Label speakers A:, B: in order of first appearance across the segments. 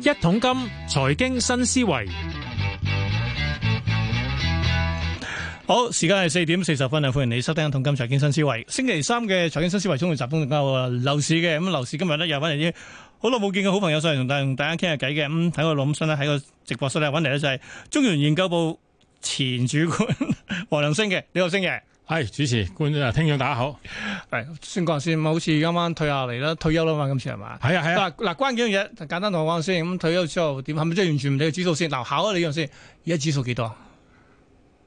A: 一桶金財經新思維，
B: 好，時間係四點四十分啊！歡迎你收聽《同金財經新思維》。星期三嘅財經新思維，中午集中交啊樓市嘅咁，樓市今日咧又揾嚟啲好耐冇見嘅好朋友上嚟同大同大家傾下偈嘅。咁喺個錄音室咧，喺個直播室咧揾嚟咧就係中原研究部前主管黃良昇嘅，你好，昇嘅。
C: 係主持觀啊，聽眾大家好。
B: 係先講下先，好似啱啱退下嚟啦，退休啦嘛，今次係嘛？
C: 係啊係啊，
B: 嗱嗱，關鍵樣嘢簡單同我講先。咁退休之後點係咪真係完全唔理個指數先？嗱，考下你樣先。而家指數幾多啊？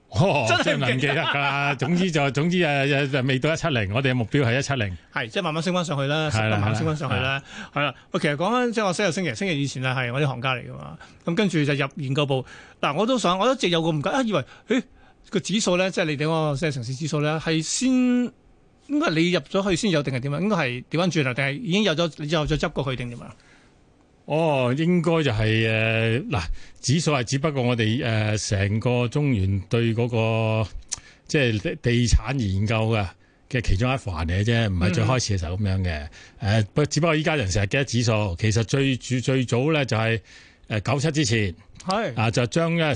C: 哦
B: 真
C: 真係
B: 係唔
C: 唔
B: 記
C: 記
B: 得
C: 得㗎啦。總之就總之誒誒誒未到一七零，我哋嘅目標係一七零。
B: 係，即係慢慢升翻上去啦，十
C: 係啦
B: 慢慢
C: 係啦
B: 升翻上去啦，係啦。喂，其實講緊即係我星期星期星期以前啊，係我啲行家嚟噶嘛。咁跟住就入研究部，嗱，我都想，我一直有個唔解，啊以為，誒個指數咧，即係你哋嗰個即係城市指數咧，係先應該係你入咗去先有定係點啊？應該係調翻轉啊，定係已經有咗你之後再執過去定點啊？
C: 哦，應該就係誒嗱，指數係只不過我哋誒成個中原對嗰、個即係地地產研究嘅嘅其中一環嚟嘅啫，唔係
A: 嗯
C: 最開始嘅時候咁樣嘅。誒、呃不過只不過依家人成日記得指數，其實最最最早咧就係誒九七之前。
B: 係，
C: 啊，就將咧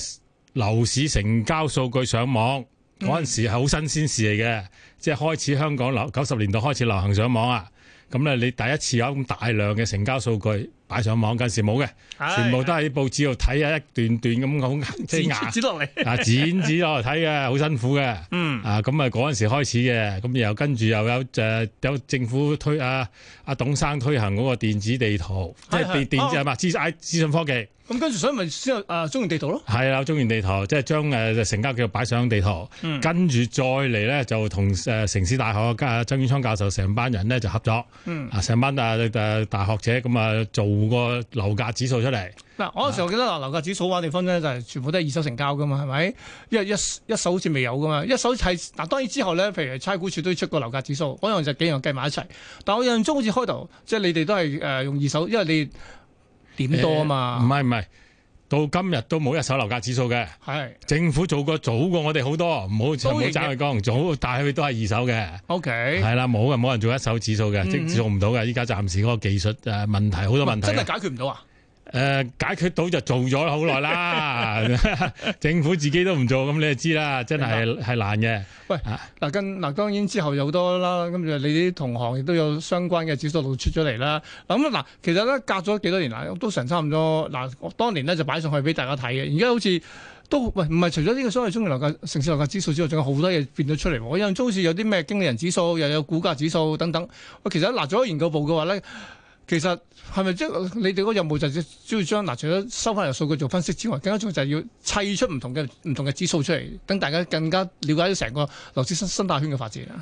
C: 樓市成交數據上網嗰陣時係好新鮮事嚟嘅，即係開始香港流九十年代開始流行上網啊。咁咧，你第一次有咁大量嘅成交數據擺上網嗰陣時冇嘅，全部都喺報紙度睇啊，一段段咁好即係
B: 剪
C: 牙
B: 剪落嚟，
C: 啊剪紙落嚟睇嘅，好辛苦嘅。
B: 嗯，
C: 啊，咁啊嗰陣時開始嘅，咁然後跟住又有誒、有政府推啊阿董生推行嗰個電子地圖，即係
B: 係係
C: 電電子啊嘛資資訊科技。
B: 咁跟住所以咪先有啊中原地圖咯，
C: 係啦，中原地圖即係將誒成交記錄擺上地圖，
B: 嗯
C: 跟住再嚟咧就同誒城市大學嘅家曾淵滄教授成班人咧就合作，
B: 嗯
C: 啊成班啊誒大學者咁啊做個樓價指數出嚟，
B: 嗱，我嗰時候記得嗱，樓價指數啊玩地方咧，就係全部都係二手成交噶嘛，係咪？因為一一手好似未有噶嘛，一手係嗱，當然之後咧，譬如差估署都出過樓價指數，嗰樣就幾樣計埋一齊。但我印象中好似開頭，即係你哋都係誒、呃用二手，因為你點多啊
C: 誒唔
B: 嘛，
C: 係唔係，到今日都冇一手樓價指數嘅，
B: 係、
C: 政府做過早過我哋好多，唔好唔好
B: 都型嘅
C: 爭佢講，早但係佢都係二手嘅。
B: OK，
C: 係啦，冇嘅，冇人做一手指數嘅，即
B: 嗯嗯
C: 係做唔到嘅。依家暫時嗰個技術誒問題好多問題
B: 真
C: 啊。
B: 係解決唔到啊！
C: 誒、呃解決到就做咗好耐啦， 政府自己都唔做，咁你就知啦，真係係難嘅。
B: 嗱，跟嗱當然之後有好多啦，跟住你啲同行亦都有相關嘅指數度出咗嚟啦。嗱咁嗱，其實咧隔咗幾多年啦，都成差唔多嗱，我當年咧就擺上去俾大家睇嘅，而家好似都喂唔係除咗呢個所謂中原樓價、城市樓價指數之外，仲有好多嘢變咗出嚟喎。我印象中好似有啲咩經理人指數，又有股價指數等等。喂，其實嗱，做咗研究部嘅話咧。其實係咪即係你哋嗰個任務就係主要將嗱，除咗收翻嚟數據做分析之外，更加重要就係要砌出唔同嘅唔同嘅指數出嚟，等大家更加了解咗成個樓市生生態圈嘅發展啊！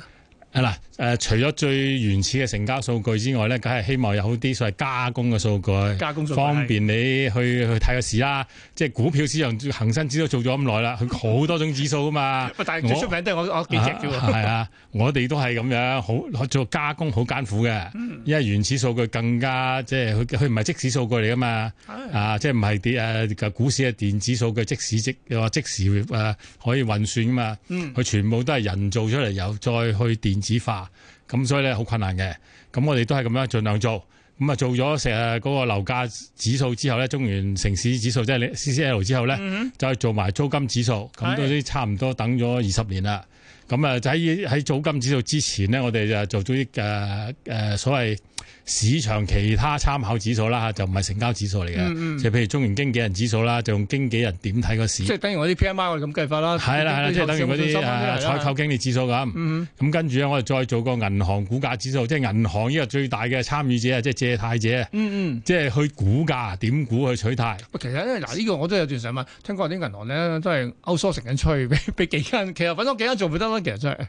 C: 啊嗱，誒、除咗最原始嘅成交數據之外咧，梗係希望有啲所謂加工嘅數據，
B: 加工數據
C: 方便你去去睇個市啦。即係股票市場恒生指數做咗咁耐啦，佢好多種指數噶嘛。
B: 喂，但係最出名都係我啊我幾隻啫喎。
C: 係啊，我哋都係咁樣，好做加工好艱苦嘅，
B: 嗯
C: 因為原始數據更加即係佢佢唔係即時數據嚟噶嘛，啊，即係唔係啲誒股市嘅電子數據即時即又話即時誒、啊可以運算噶嘛，
B: 嗯
C: 佢、全部都係人做出嚟，又再去電子化，咁所以咧好困難嘅，咁我哋都係咁樣盡量做。咁啊，做咗成日嗰個樓價指數之後咧，中原城市指數即係你 CCL 之後咧，
B: 嗯
C: 就係做埋租金指數，咁都啲差唔多等咗二十年啦。咁啊，就喺喺租金指數之前咧，我哋就做咗啲誒誒所謂市場其他參考指數啦，就唔係成交指數嚟
B: 嗯嗯
C: 嘅，就譬如中原經紀人指數啦，就用經紀人點睇個市
B: 即。係等於我啲 PMI 我哋咁計法啦。
C: 係啦係啦，即係等於嗰啲誒採購
B: 購。
C: 經理指數咁。咁跟住咧，我哋再做個銀行股價指數，即係銀行呢個最大嘅參與者啊，即係借貸者啊，
B: 嗯嗯。
C: 即係去估價點估去取貸。
B: 喂，其實咧嗱，呢個我都有段想問，聽講啲銀行咧都係 outsourcing 緊出去，俾俾幾間，其實揾多幾間做咪得咯，其實真係。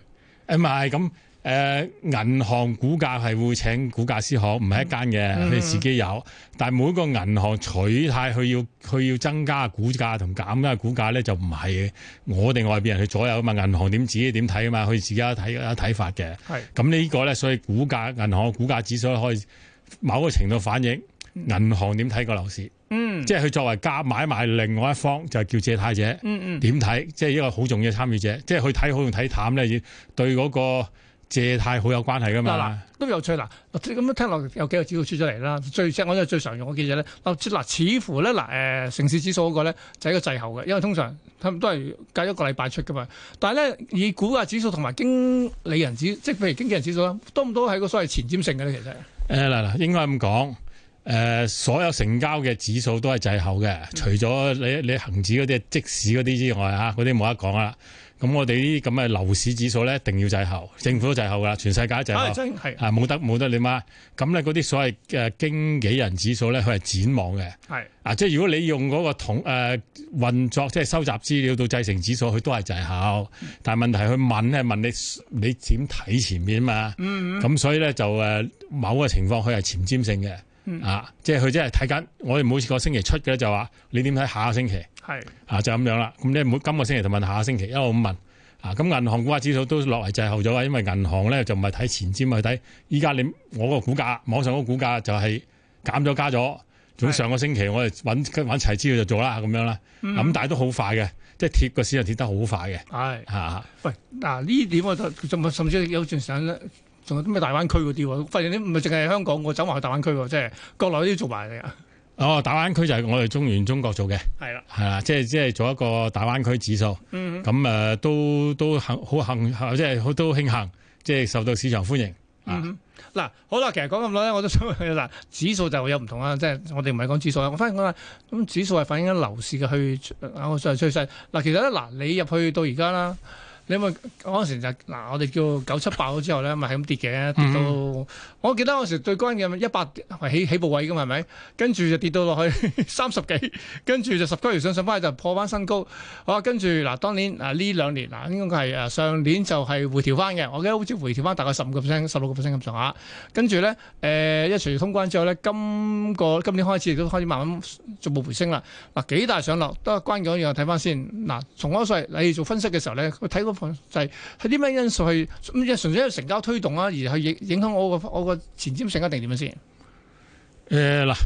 C: 誒唔係咁誒，銀行估價係會請估價師行，唔係一間嘅，佢哋自己有。但係每個銀行取態，佢要佢要增加估價同減加估價咧，就唔係我哋外邊人去左右啊嘛。銀行點自己點睇啊嘛，佢自己有睇有睇法嘅。
B: 係。
C: 咁呢個咧，所以股價銀行嘅股價指數可以某個程度反映銀行點睇個樓市，
B: 嗯
C: 即係佢作為價買賣另外一方，就係叫借貸者。
B: 嗯嗯。
C: 點睇，即係一個好重要嘅參與者，即係佢睇好同睇淡咧，要對嗰個借貸好有關係噶
B: 嗱嗱
C: 嘛。，
B: 都有趣嗱，咁樣聽落有幾個指數出咗嚟啦。最即係我都係最常用嘅記者咧。嗱，嗱似乎咧嗱誒城市指數嗰個咧就係一個滯後嘅，因為通常佢都係隔一個禮拜出噶嘛。但係咧以股價指數同埋經理人指，即係譬如經紀人指數啦，多唔多係個所謂前瞻性嘅咧？其實
C: 誒嗱嗱，應該咁講。誒、所有成交嘅指數都係滯後嘅，除咗你你恆指嗰啲即市嗰啲之外啊嚇，嗰啲冇得講啦。咁我哋呢啲咁嘅樓市指數咧，一定要滯後，政府都滯後㗎啦，全世界都滯後
B: 啊。真係
C: 啊，冇得冇得你媽。咁咧嗰啲所謂嘅經紀人指數咧，佢係展望嘅。
B: 係
C: 啊，即係如果你用嗰個統誒、呃、運作，即係收集資料到製成指數，佢都係滯後。但係問題佢問咧問你你點睇前面嘛？咁、所以咧就誒、呃某個情況佢係前瞻性嘅。啊，即係佢真係睇緊，我哋每個星期出嘅咧就話你點睇下個星期
B: 係
C: 啊，就咁樣啦。咁你每今個星期就問下個星期，一路咁問啊。咁銀行股價指數都落嚟滯後咗啊，因為銀行咧就唔係睇前瞻，係睇依家你我個股價，網上嗰個股價就係減咗加咗。總
B: 係
C: 上個星期我哋揾揾齊資料就做啦，咁樣啦。
B: 嗯
C: 咁、但係都好快嘅，即係貼個市就貼得好快嘅
B: 係。
C: 嚇。啊
B: 喂，嗱呢點我就甚甚至有段時間咧，仲有啲咩大灣區嗰啲喎，發現啲唔係淨係香港，我走埋去大灣區喎，即係國內都要做埋嚟啊。
C: 哦，大灣區就係我哋中原中國做嘅，
B: 係啦，
C: 係啦，即係即係做一個大灣區指數。
B: 嗯，
C: 咁誒、呃都都幸好幸，即係好都慶幸，即係受到市場歡迎。啊
B: 嗯哼嗱，好啦，其實講咁耐咧，我都想問你嗱， 指數就有唔同啦，即係我哋唔係講指數啊啦，我反而講啦，咁指數係反映緊樓市嘅去啊我上趨勢。嗱，其實咧，嗱，你入去到而家啦，你咪嗰陣時就嗱，我哋叫九七爆咗之後咧，咪係咁跌嘅，跌到、我記得嗰陣時最關鍵一百係起起步位噶嘛，係咪？跟住就跌到落去 三十幾，跟住就十九條上上翻去就破翻新高。好啊，跟住嗱，當年啊呢兩年嗱，應該係誒上年就係回調翻嘅，我記得好似回調翻大概十五個 percent、十六個 percent 咁上下。跟住咧誒，一隨住通關之後咧，今個今年開始亦都開始慢慢逐步回升啦。嗱，幾大上落都係關鍵一樣，睇翻先。嗱，從嗰勢你做分析嘅時候咧，佢睇嗰份就係係啲咩因素去咁，即係純粹係成交推動啊，而係影影響我個我個前瞻性一定點樣先？
C: 誒呃嗱，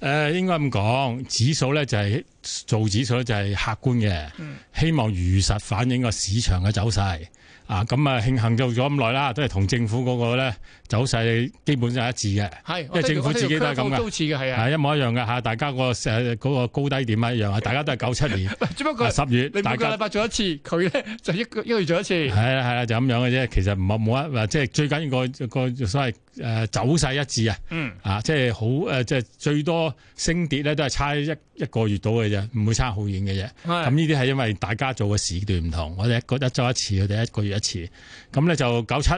C: 誒應該咁講，指數咧就係、做指數咧就係客觀嘅，
B: 嗯
C: 希望如實反映個市場嘅走勢。啊，咁啊慶幸做咗咁耐啦，都係同政府嗰個咧走勢基本上一致嘅，
B: 係，
C: 因為政府自己都係咁㗎
B: 我睇條 curve 都好似嘅係啊，
C: 係一模一樣嘅嚇，大家個誒嗰個高低點一樣啊，大家都係九 七年
B: 只不過
C: 啊。十月，
B: 你
C: 大
B: 每個
C: 家
B: 禮拜做一次，佢咧就一個一個月做一次。
C: 係啦係啦，就咁樣嘅啫。其實唔冇冇一，啊即係最緊要個個所謂誒、呃走勢一致啊。
B: 嗯，
C: 啊，即係好誒、呃即係最多升跌咧都係差一一個月到嘅啫，唔會差好遠嘅啫。咁
B: 係
C: 呢啲係因為大家做嘅時段唔同，我哋一個一周一次，佢哋一個月一次。咁咧就九七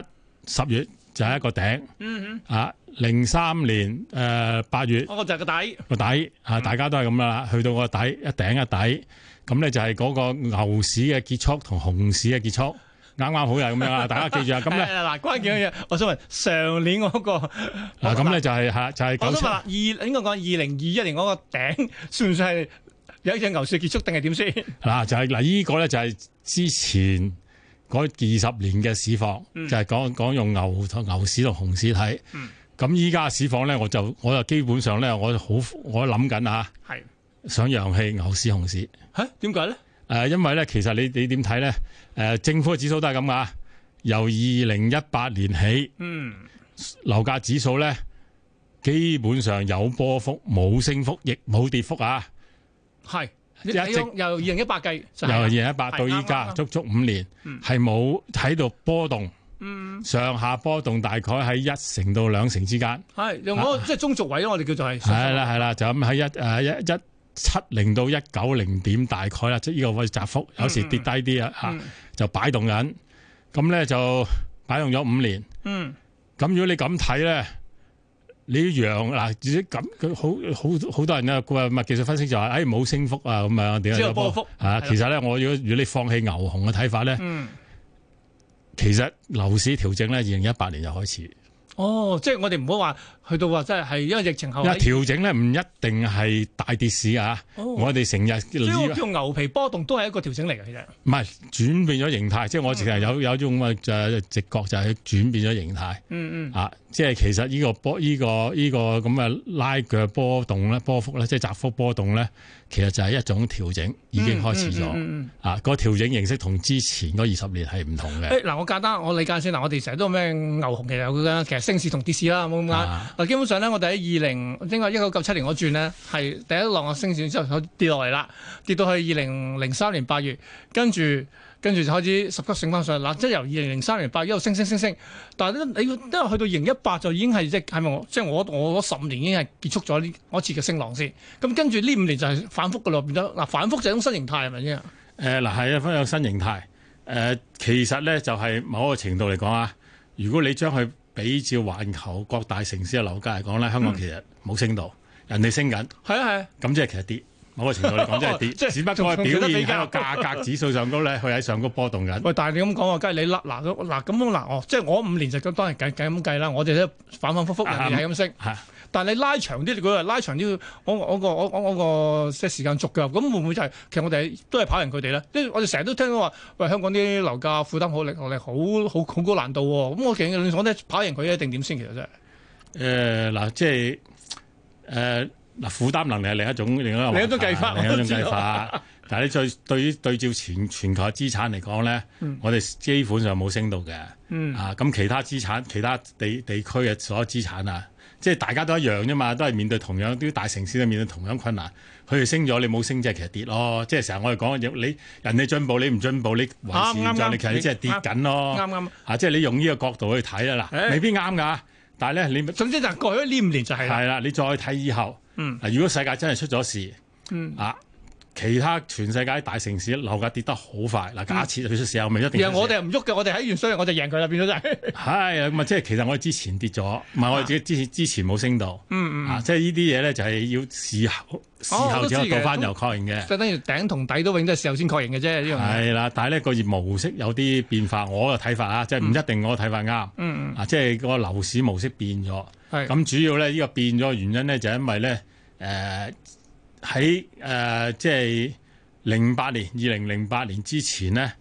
C: 十月就係一個頂，嗯啊零三年誒八、月
B: 我就係個底。
C: 個底
B: 嗯
C: 啊，大家都係咁啦，去到個底一頂一底，咁咧就係嗰個牛市嘅結束同熊市嘅結束，啱啱好又係咁樣啦，大家記住啊。咁
B: 係
C: 咧
B: 嗱，關鍵嘅嘢，我想問上年嗰個
C: 嗱，咁咧就係、嚇就係九
B: 我
C: 七
B: 想問。啦，二應該講二零二一年嗰個頂算唔算係有一隻牛市結束定係點先？
C: 嗱啊就係嗱依個咧就係之前嗰二十年嘅市況，就係講講用牛同牛市同熊市睇。咁依家嘅市況咧，我就我就基本上咧，我好我諗緊啊，
B: 係
C: 想揚氣牛市熊市。誒、
B: 嚇點解咧？
C: 因為咧其實你你點睇咧？誒、政府嘅指數都係咁噶，由二零一八年起，
B: 嗯，
C: 樓價指數咧基本上有波幅，冇升幅，亦冇跌幅啊。
B: 係
C: 一直
B: 你用由二零一八計就
C: 由
B: 係
C: 二
B: 啦
C: 零一八到依
B: 係啱
C: 家
B: 啱
C: 足足五年，係冇喺度波動，上下波動大概喺一成到兩成之間，
B: 係用嗰個即係中軸位咯，我哋叫做係
C: 啊係啦係啦，就咁喺一誒一一七零到一九零點大概啦，即係呢個位窄幅，有時跌低啲啊嚇，就擺動緊，咁咧就擺動咗五年。
B: 嗯
C: 咁如果你咁睇咧，你羊嗱，自己咁佢好好好多人咧，佢話技術分析就話，誒冇升幅啊，咁樣點解
B: 只有波幅
C: 啊？
B: 係
C: 其實咧，我如果如果你放棄牛熊嘅睇法咧，
B: 嗯。
C: 其實樓市調整咧，二零一八年就開始，
B: 哦，即係我哋唔好話去到話真係係因為疫情後
C: 因為
B: 喺
C: 調整咧唔一定係大跌市啊，
B: 哦
C: 我哋成日
B: 所以我
C: 以為
B: 叫牛皮波動都係一個調整嚟嘅，其實
C: 唔係轉變咗形態，即係我
B: 嗯
C: 成日有有一種咁嘅誒直覺就係轉變咗形態
B: 嗯嗯，
C: 啊！即係其實呢個波呢、個呢、個咁嘅拉鋸波動咧、波幅咧，即係窄幅波動咧，其實就係一種調整已經開始咗、
B: 嗯嗯嗯嗯
C: 啊！個調整形式同之前嗰二十年係唔同嘅。
B: 誒嗱，我簡單我理解先嗱，我哋成日都有咩牛熊其實有嘅，其實升市同跌市啦，冇咁解。
C: 啊
B: 嗱，基本上咧，我哋喺二零應該一九九七年嗰轉咧，係第一浪嘅升市之後跌落嚟啦，跌到去二零零三年八月，跟住跟住就開始十級升翻上嚟啦，即係由二零零三年八月一路升升升升，但係咧你要因為去到二零一八就已經係即係係咪我即係我我嗰十五年已經係結束咗呢我一次嘅升浪先，咁跟住呢五年就係反覆嘅咯，變咗嗱反覆就係一種新形態係咪先？
C: 誒嗱係啊，分有新形態。誒、呃其實咧就係某一個程度嚟講啊，如果你將佢比照環球各大城市嘅樓價嚟講咧，香
B: 嗯
C: 港其實冇升到，人哋升緊，
B: 係啊係啊，
C: 咁即係其實跌。某個程度嚟講，即係
B: 哦即
C: 跌，
B: 係
C: 只不過係
B: 仲
C: 表
B: 仲有得比
C: 現
B: 較
C: 喺個價格指數上高咧，佢喺上高波動緊。
B: 喂，但係你咁講啊，梗係你甩嗱嗱咁嗱哦，即係我五年就咁當然計計咁計啦，我哋都反反覆覆
C: 啊
B: 人哋係咁升。
C: 嚇，
B: 但係你拉長啲，你舉例拉長啲，我我個我我我個即係時間續腳，咁會唔會就係、其實我哋都係跑贏佢哋咧？因為我哋成日都聽到話，喂香港啲樓價負擔好力能力好好好高難度喎、咁我其實你講咧跑贏佢一定點先？其實真係
C: 誒呃嗱，即係誒嗱，負擔能力係另一種另一個
B: 另一種
C: 話題
B: 計法
C: 另一
B: 我
C: 種
B: 知道
C: 計法。但係你 最對於對照全全球資產嚟講咧，我哋基本上冇升到嘅。
B: 嗯
C: 啊，咁其他資產、其他地地區嘅所有資產啊，即係大家都一樣啫嘛，都係面對同樣啲大城市都面對同樣困難。佢哋升咗，你冇升即係其實跌咯。即係成日我哋講，你人哋進步，你唔進步，你維持現
B: 啱啱
C: 狀，你其實你即係跌緊咯。
B: 啱啱，
C: 啊，即係你用呢個角度去睇啦，嗱，
B: 誒
C: 未必啱㗎，但係咧你
B: 總之就係過去呢五年就係啦。
C: 係啦，你再睇以後，
B: 嗯
C: 啊，如果世界真係出咗事，
B: 嗯
C: 啊，其他全世界大城市樓價跌得好快。嗱，假設佢出事後，咪一定出事
B: 而係嗯我哋係唔喐嘅，我哋喺完所以我就贏佢啦，變咗就係、
C: 係啊，咁啊，即係其實我哋之前跌咗，唔係我哋自己之前之前冇升到，
B: 嗯嗯。
C: 啊，即係呢啲嘢咧就係要事後事
B: 我
C: 後
B: 都
C: 之
B: 嗯知
C: 後
B: 嘅
C: 倒翻由確認嘅，
B: 即係等於頂同底都永遠都係事後先確認嘅啫，呢樣嘢。
C: 係啦。但係咧個業模式有啲變化，我嘅睇法啊，即係唔一定我嘅睇法啱，
B: 嗯
C: 啊，即係個樓市模式變咗。
B: 嗯，係。
C: 咁主要咧呢個變咗嘅原因咧就係因為咧誒喺誒即係零八年二零零八年之前咧。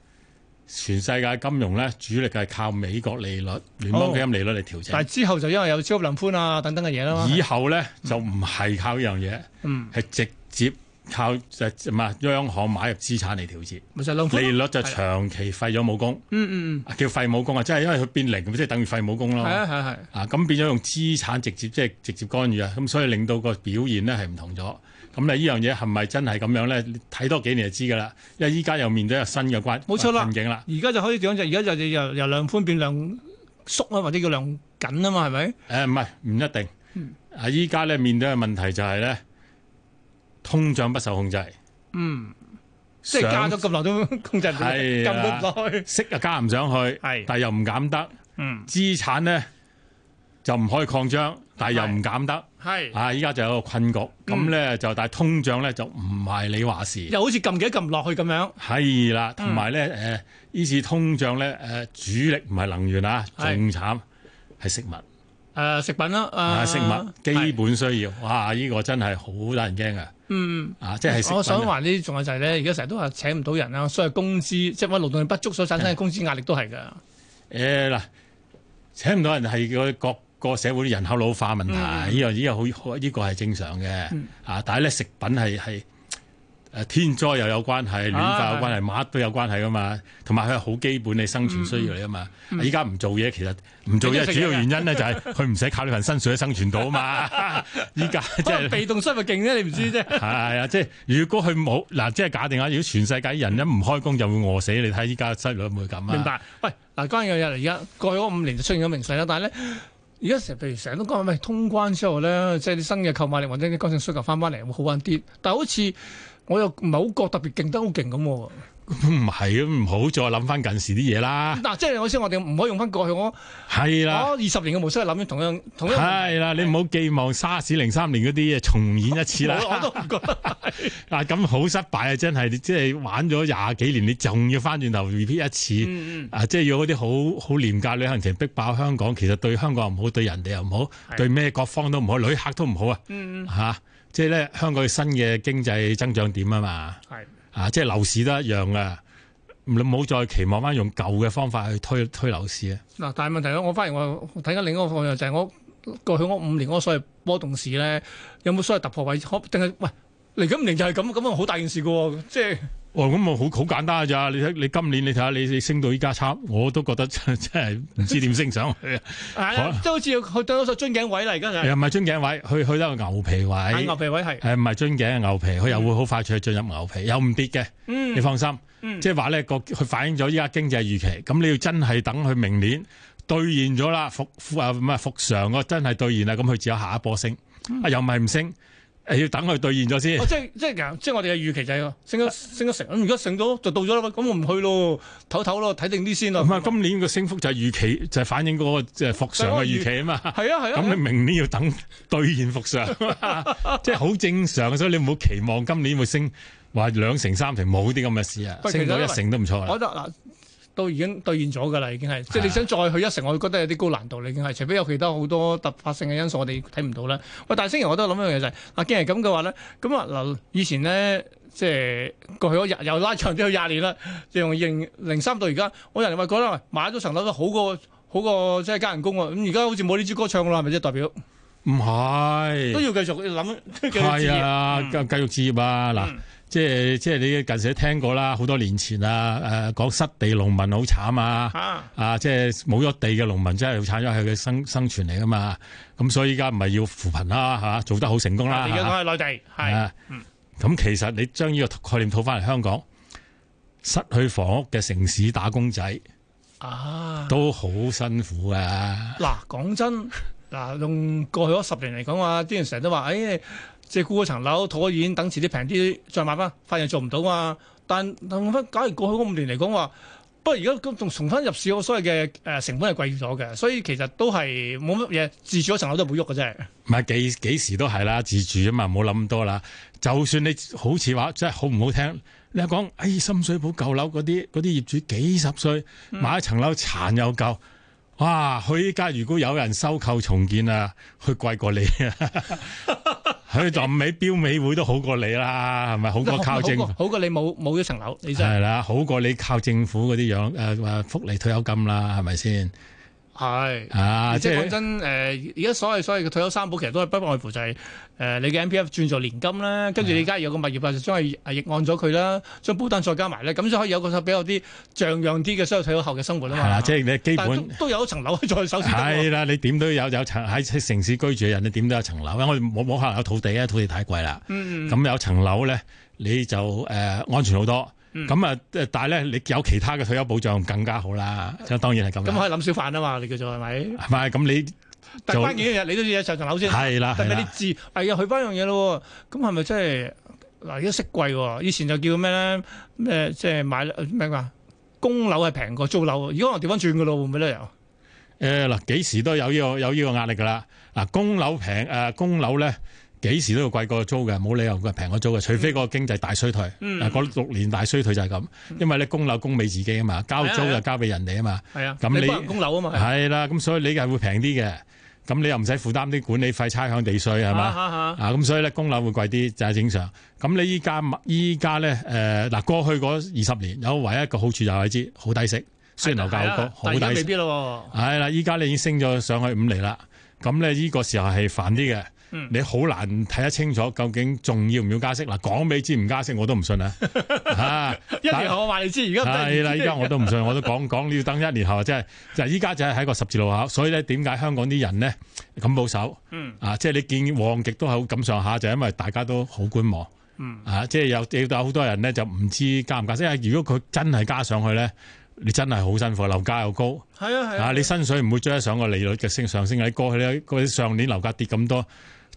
C: 全世界金融咧主力係靠美國利率、聯邦基金利率嚟調整。
B: 但係之後就因為有超級量寬哦啊等等嘅嘢啦嘛。
C: 以後咧就唔係靠呢樣嘢，
B: 嗯，
C: 係直接靠就唔係央行買入資產嚟調節，
B: 咪就係量寬咯。
C: 利率就長期廢咗武功，
B: 嗯嗯
C: 啊叫廢武功啊，即係因為佢變零，咁即係等於廢武功
B: 嗯，
C: 咯
B: 係。啊係係。
C: 啊，咁變咗用資產直接即係直接干預啊，咁所以令到個表現咧係唔同咗。咁你呢樣嘢係咪真係咁樣咧？你睇多幾年就知㗎啦，因為依家又面對一個新嘅關
B: 冇錯啦
C: 困境啦。
B: 而家就可以點樣就而家就由由量寬變量縮啊，或者叫量緊啊嘛，係咪？
C: 誒唔係唔一定。
B: 嗯
C: 啊，依家咧面對嘅問題就係咧，通脹不受控制。
B: 嗯，即係加咗咁 耐都控制唔到，撳
C: 係啊
B: 到落去。
C: 息啊加唔上去，
B: 係
C: 但又唔減得。
B: 嗯，
C: 資產咧就唔可以擴張，但又唔減得。
B: 係。
C: 啊，依家就有個困局，
B: 嗯
C: 咁咧、就但係通脹咧就唔係你話事。
B: 又好似撳幾多撳落去咁樣。
C: 係啦，
B: 嗯
C: 同埋咧誒，呢、次通脹咧誒、主力唔係能源啊，仲
B: 係
C: 慘係食物
B: 啊誒食品啦，
C: 啊，
B: 誒
C: 食物基本需要。哇，呢、個真係好得人驚啊！
B: 嗯，
C: 啊，即係食
B: 我想
C: 品啊。
B: 話呢啲仲有就係咧，而家成日都話請唔到人啦，所以工資即係話勞動力不足所產生嘅工資壓力都係㗎。
C: 誒嗱，請唔到人係個各個社會人口老化問題，
B: 嗯
C: 呢樣呢個好好呢個係正常嘅啊。但係咧食品係係誒天災又有關係，
B: 啊
C: 暖化有關係，乜都有關係噶嘛。同埋佢係好基本你生存需要嚟噶嘛。依家唔做嘢，其實唔做嘢
B: 嗯你都食嘢㗎
C: 主要原因咧就係佢唔使靠呢份薪水生存到啊 嘛。依家即
B: 可能
C: 係。
B: 被動收入勁啫，你唔知啫。
C: 係啊，即係如果佢冇嗱，即係假定啊，如果全世界人一唔開工就會餓死，你睇依家失業率會咁啊？
B: 明白。喂，嗱，關於有嘢嚟，而家過去嗰五年就出現咗明細啦，但係咧，而家成日譬如成日都講，喂，通關之後咧，即係啲新嘅購買力或者啲剛性需求翻翻嚟會好玩啲，但係好似我又唔係好覺特別勁得好勁咁喎。
C: 唔係咁唔好再諗翻近時啲嘢啦，
B: 嗱，即係我先，我哋唔可以用翻過去我
C: 係
B: 我
C: 啦。
B: 二十年嘅模式去諗同樣同樣問題。
C: 係啦，你唔好寄望沙士零三年嗰啲嘢重演一次啦。
B: 我我都唔覺得。
C: 嗱，咁好失敗啊！真係，你即係玩咗廿幾年，你仲要翻轉頭 repeat 一次，
B: 嗯嗯
C: 啊，即係要嗰啲好好廉價旅行團逼爆香港，其實對香港又唔好，對人哋又唔好，
B: 係
C: 對咩各方都唔好，旅客都唔好啊！
B: 嗯嗯，
C: 嚇、即係咧香港嘅新嘅經濟增長點啊嘛，
B: 係。
C: 啊，即係樓市都一樣啊！你唔好再期望翻用舊嘅方法去推推樓市啊！
B: 嗱，但係問題咧，我反而我睇緊另一個方向就係我過去嗰五年嗰個所謂波動市咧，有冇所謂突破位？可定係喂嚟緊五年就係咁，咁啊好大件事嘅喎，即係
C: 哦，咁我好好簡單㗎咋？你睇你今年你睇下你你升到依家差，我都覺得 真真係唔知點升上去啊！
B: 係啊，即係好似去到咗樽頸位啦，而家就 係
C: 又唔係樽頸位，去去得個牛皮
B: 眼牛
C: 位，
B: 皮位係，
C: 誒唔係樽頸係牛皮，佢又會好快脆進入牛皮，又唔跌嘅，你
B: 嗯
C: 放心。
B: 嗯
C: 即係話咧個佢反映咗依家經濟預期，咁你要真係等佢明年兌現咗啦，復復啊唔係復常個真係兌現啦，咁佢只有下一波升，啊又唔係唔升，誒要等佢兌現咗先
B: 哦。即係即係即係我哋嘅預期就係升咗升咗成，咁如果升到就到咗啦，咁我唔去咯，唞唞咯，睇定啲先咯。
C: 咁啊，今年個升幅就係預期，就係反映嗰個即係復常嘅預期啊嘛。
B: 係 啊係啊，
C: 咁你明年要等兌現復 常，即係好正常，啊所以你唔好期望今年會升，話兩成三成冇啲咁嘅事啊，
B: 喂
C: 升到
B: 其實
C: 一成都唔錯
B: 我
C: 啦。
B: 覺得嗱，都已經兌現咗㗎啦，已經係，即係
C: 係啊
B: 你想再去一成，我會覺得有啲高難度啦，已經係，除非有其他好多突發性嘅因素，我哋睇唔到啦。喂，但係星期我都諗一樣嘢就係、嗱，既然係咁嘅話咧，咁啊嗱，以前咧。即係過去嗰日又拉長咗廿年啦，就用二零零三到而家，我人哋話覺得喂買咗層樓都好過好過即係加人工喎，咁而家好似冇呢支歌唱啦，係咪即係代表
C: 唔
B: 都
C: 係，
B: 要繼續諗繼續置
C: 係
B: 業
C: 啊，繼繼續置業啊，嗱
B: 嗯，
C: 即係即係你近時都聽過啦，好多年前啊，誒講失地農民好慘啊。
B: 啊
C: 啊，即係冇咗地嘅農民真係產咗係佢嘅生生存嚟噶嘛，咁所以依家唔係要扶貧啦，嚇、做得好成功啦，
B: 而家
C: 嚇
B: 講係內地係
C: 啊，咁、其實你將呢個概念套翻嚟香港，失去房屋嘅城市打工仔
B: 啊。
C: 都好辛苦噶。
B: 嗱，講真，嗱，用過去嗰十年嚟講啊，啲人成日都話，誒、借沽嗰層樓，套咗現，等遲啲平啲再買翻，發現做唔到嘛。但但翻，假如過去嗰五年嚟講話，不過而家咁仲重翻入市，我所謂嘅誒成本係貴咗嘅，所以其實都係冇乜嘢，自住嗰層樓都冇喐嘅啫。
C: 唔係幾幾時都係啦，自住啊嘛，唔好諗咁多啦。就算你好似話，真係好唔好聽，你一講，哎，深水埗舊樓嗰啲嗰啲業主幾十歲買一層樓殘又舊，哇！佢依家如果有人收購重建啊，佢貴過你啊，佢就尾標尾會都好過你啦，係咪？好 過靠政
B: 好
C: 府
B: 過。好過你冇冇咗層樓，你真係
C: 係啦，好過你靠政府嗰啲養誒誒福利退休金啦，係咪先
B: 係。
C: 啊？
B: 而
C: 即
B: 且講
C: 係
B: 真，誒而家所謂所謂嘅退休三保，其實都係不外乎就係、誒你嘅 M P F 轉做年金啦，跟住你而家有個物業啊，就將佢逆按咗佢啦，將保單再加埋咧，咁就可以有個比較啲像樣啲嘅所有退休後嘅生活啊
C: 係
B: 嘛。
C: 啦，即係你基
B: 但係
C: 本
B: 都都有一層樓喺在手先得喎。
C: 係啦，你點都有有層喺城市居住嘅人，你點都有層樓，因為我哋冇冇可能有土地啊，土地太貴啦。
B: 嗯，
C: 咁有層樓咧，你就誒、呃安全好多。
B: 嗯
C: 咁啊、呃但係咧，你有其他嘅退休保障更加好啦。咁當然係咁
B: 咁
C: 啦，
B: 可以諗小販啊嘛，你叫做係咪？
C: 係咪？咁你
B: 但係
C: 做
B: 關鍵一樣嘢，你都要有層層樓先。
C: 係啦，
B: 但
C: 係
B: 係你
C: 啦，
B: 自係呀，去翻一樣嘢咯喎，咁係咪真係嗱？而家息貴喎，以前就叫咩咧？咩即係買呃咩話？供樓係平過租樓，而家我調翻轉嘅咯，會唔會咧？又
C: 誒嗱，幾時都有呢、個有呢個壓力㗎啦。嗱，供樓平誒、呃供樓咧。幾時都要貴過租嘅，冇理由佢係平過租嘅，除非個經濟大衰退。嗱、
B: 嗯
C: 六年大衰退就係咁，因為咧供樓供俾自己啊嘛，交租
B: 係啊係
C: 就
B: 啊
C: 交俾人哋啊嘛。
B: 係啊，
C: 咁
B: 你
C: 你
B: 幫人供樓啊嘛，係
C: 係啦，咁所以你係會平啲嘅，咁你又唔使負擔啲管理費、差餉、地税係嘛？
B: 嘛？
C: 啊，咁所以咧供樓會貴啲就係正常。咁你依家依家咧誒嗱，過去嗰二十年有唯一一個好處就係知好低息，雖然樓價好高，好
B: 但係而家
C: 低
B: 未
C: 息。
B: 必咯
C: 係啦，依家你已經升咗上去五厘啦，咁咧呢個時候係煩啲嘅。
B: 嗯
C: 你好難睇得清楚究竟仲要唔要加息嗱，講俾你知唔加息我都唔 信啊！啊
B: 喎，一年後我話你知，而家唔得
C: 係啦，依家啊我都唔信，我都 講講你要等一年後，即係就係依家就係喺個十字路口，所以咧點解香港啲人咧咁保守？
B: 嗯
C: 啊，即係你見旺極都係咁上下，就係因為大家都好觀望。
B: 嗯
C: 啊，即係有有好多人咧就唔知加唔加息，因為如果佢真係加上去咧，你真係好辛苦，樓價又高。
B: 係啊係
C: 啊！你薪水唔會追得上個利率嘅升上升，你過去咧，嗰啲上年樓價跌咁多，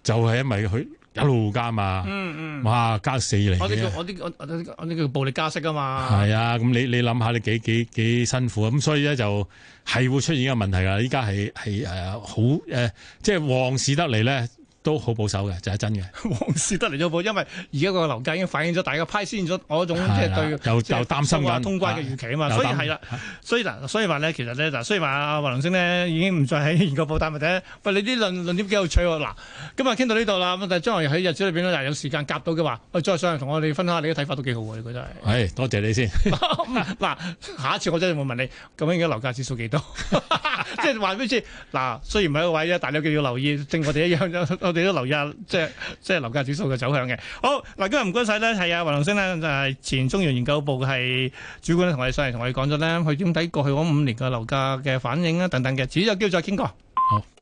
C: 就係因為佢一路加嘛，
B: 嗯嗯，
C: 哇加四厘
B: 我啲
C: 嘅
B: 叫。我啲我我我啲叫暴力加息啊嘛，
C: 係啊，咁你你諗下，你幾幾幾辛苦啊！咁所以咧就係會出現呢個問題㗎。依家係係誒好誒、呃即係旺市得嚟咧都好保守嘅，就係、真嘅。
B: 黃市得嚟咗步，因為而家個樓價已經反映咗大家派先咗我嗰種即
C: 係
B: 係
C: 啦
B: 對
C: 又
B: 即係
C: 又擔心緊
B: 通關嘅預期啊嘛，
C: 又
B: 所以
C: 擔
B: 係啦，所以嗱，所以話咧，其實咧嗱，雖然話阿黃良星咧已經唔再喺研究報答或者，喂你啲論論點幾有趣喎嗱，今日傾到呢度啦，咁啊但係將來喺日子裏邊咧，嗱有時間夾到嘅話，喂再上嚟同我哋分享下你嘅睇法都幾好喎，你覺得係？
C: 係多謝你先，
B: 嗱，下一次我真係會問你，究竟而家樓價指數幾多？ 即係話俾你知，嗱，雖然唔係一個位啫，但係你記住要留意，正如我哋一樣， 我哋都留意下，即係即係樓價指數嘅走向嘅。好，嗱，今日唔該晒咧，係啊，黃龍星咧，就係前中原研究部嘅係主管咧，同我哋上嚟同我哋講咗咧，佢點睇過去嗰五年嘅樓價嘅反應啊等等嘅，遲啲有機會再傾過。
C: 好。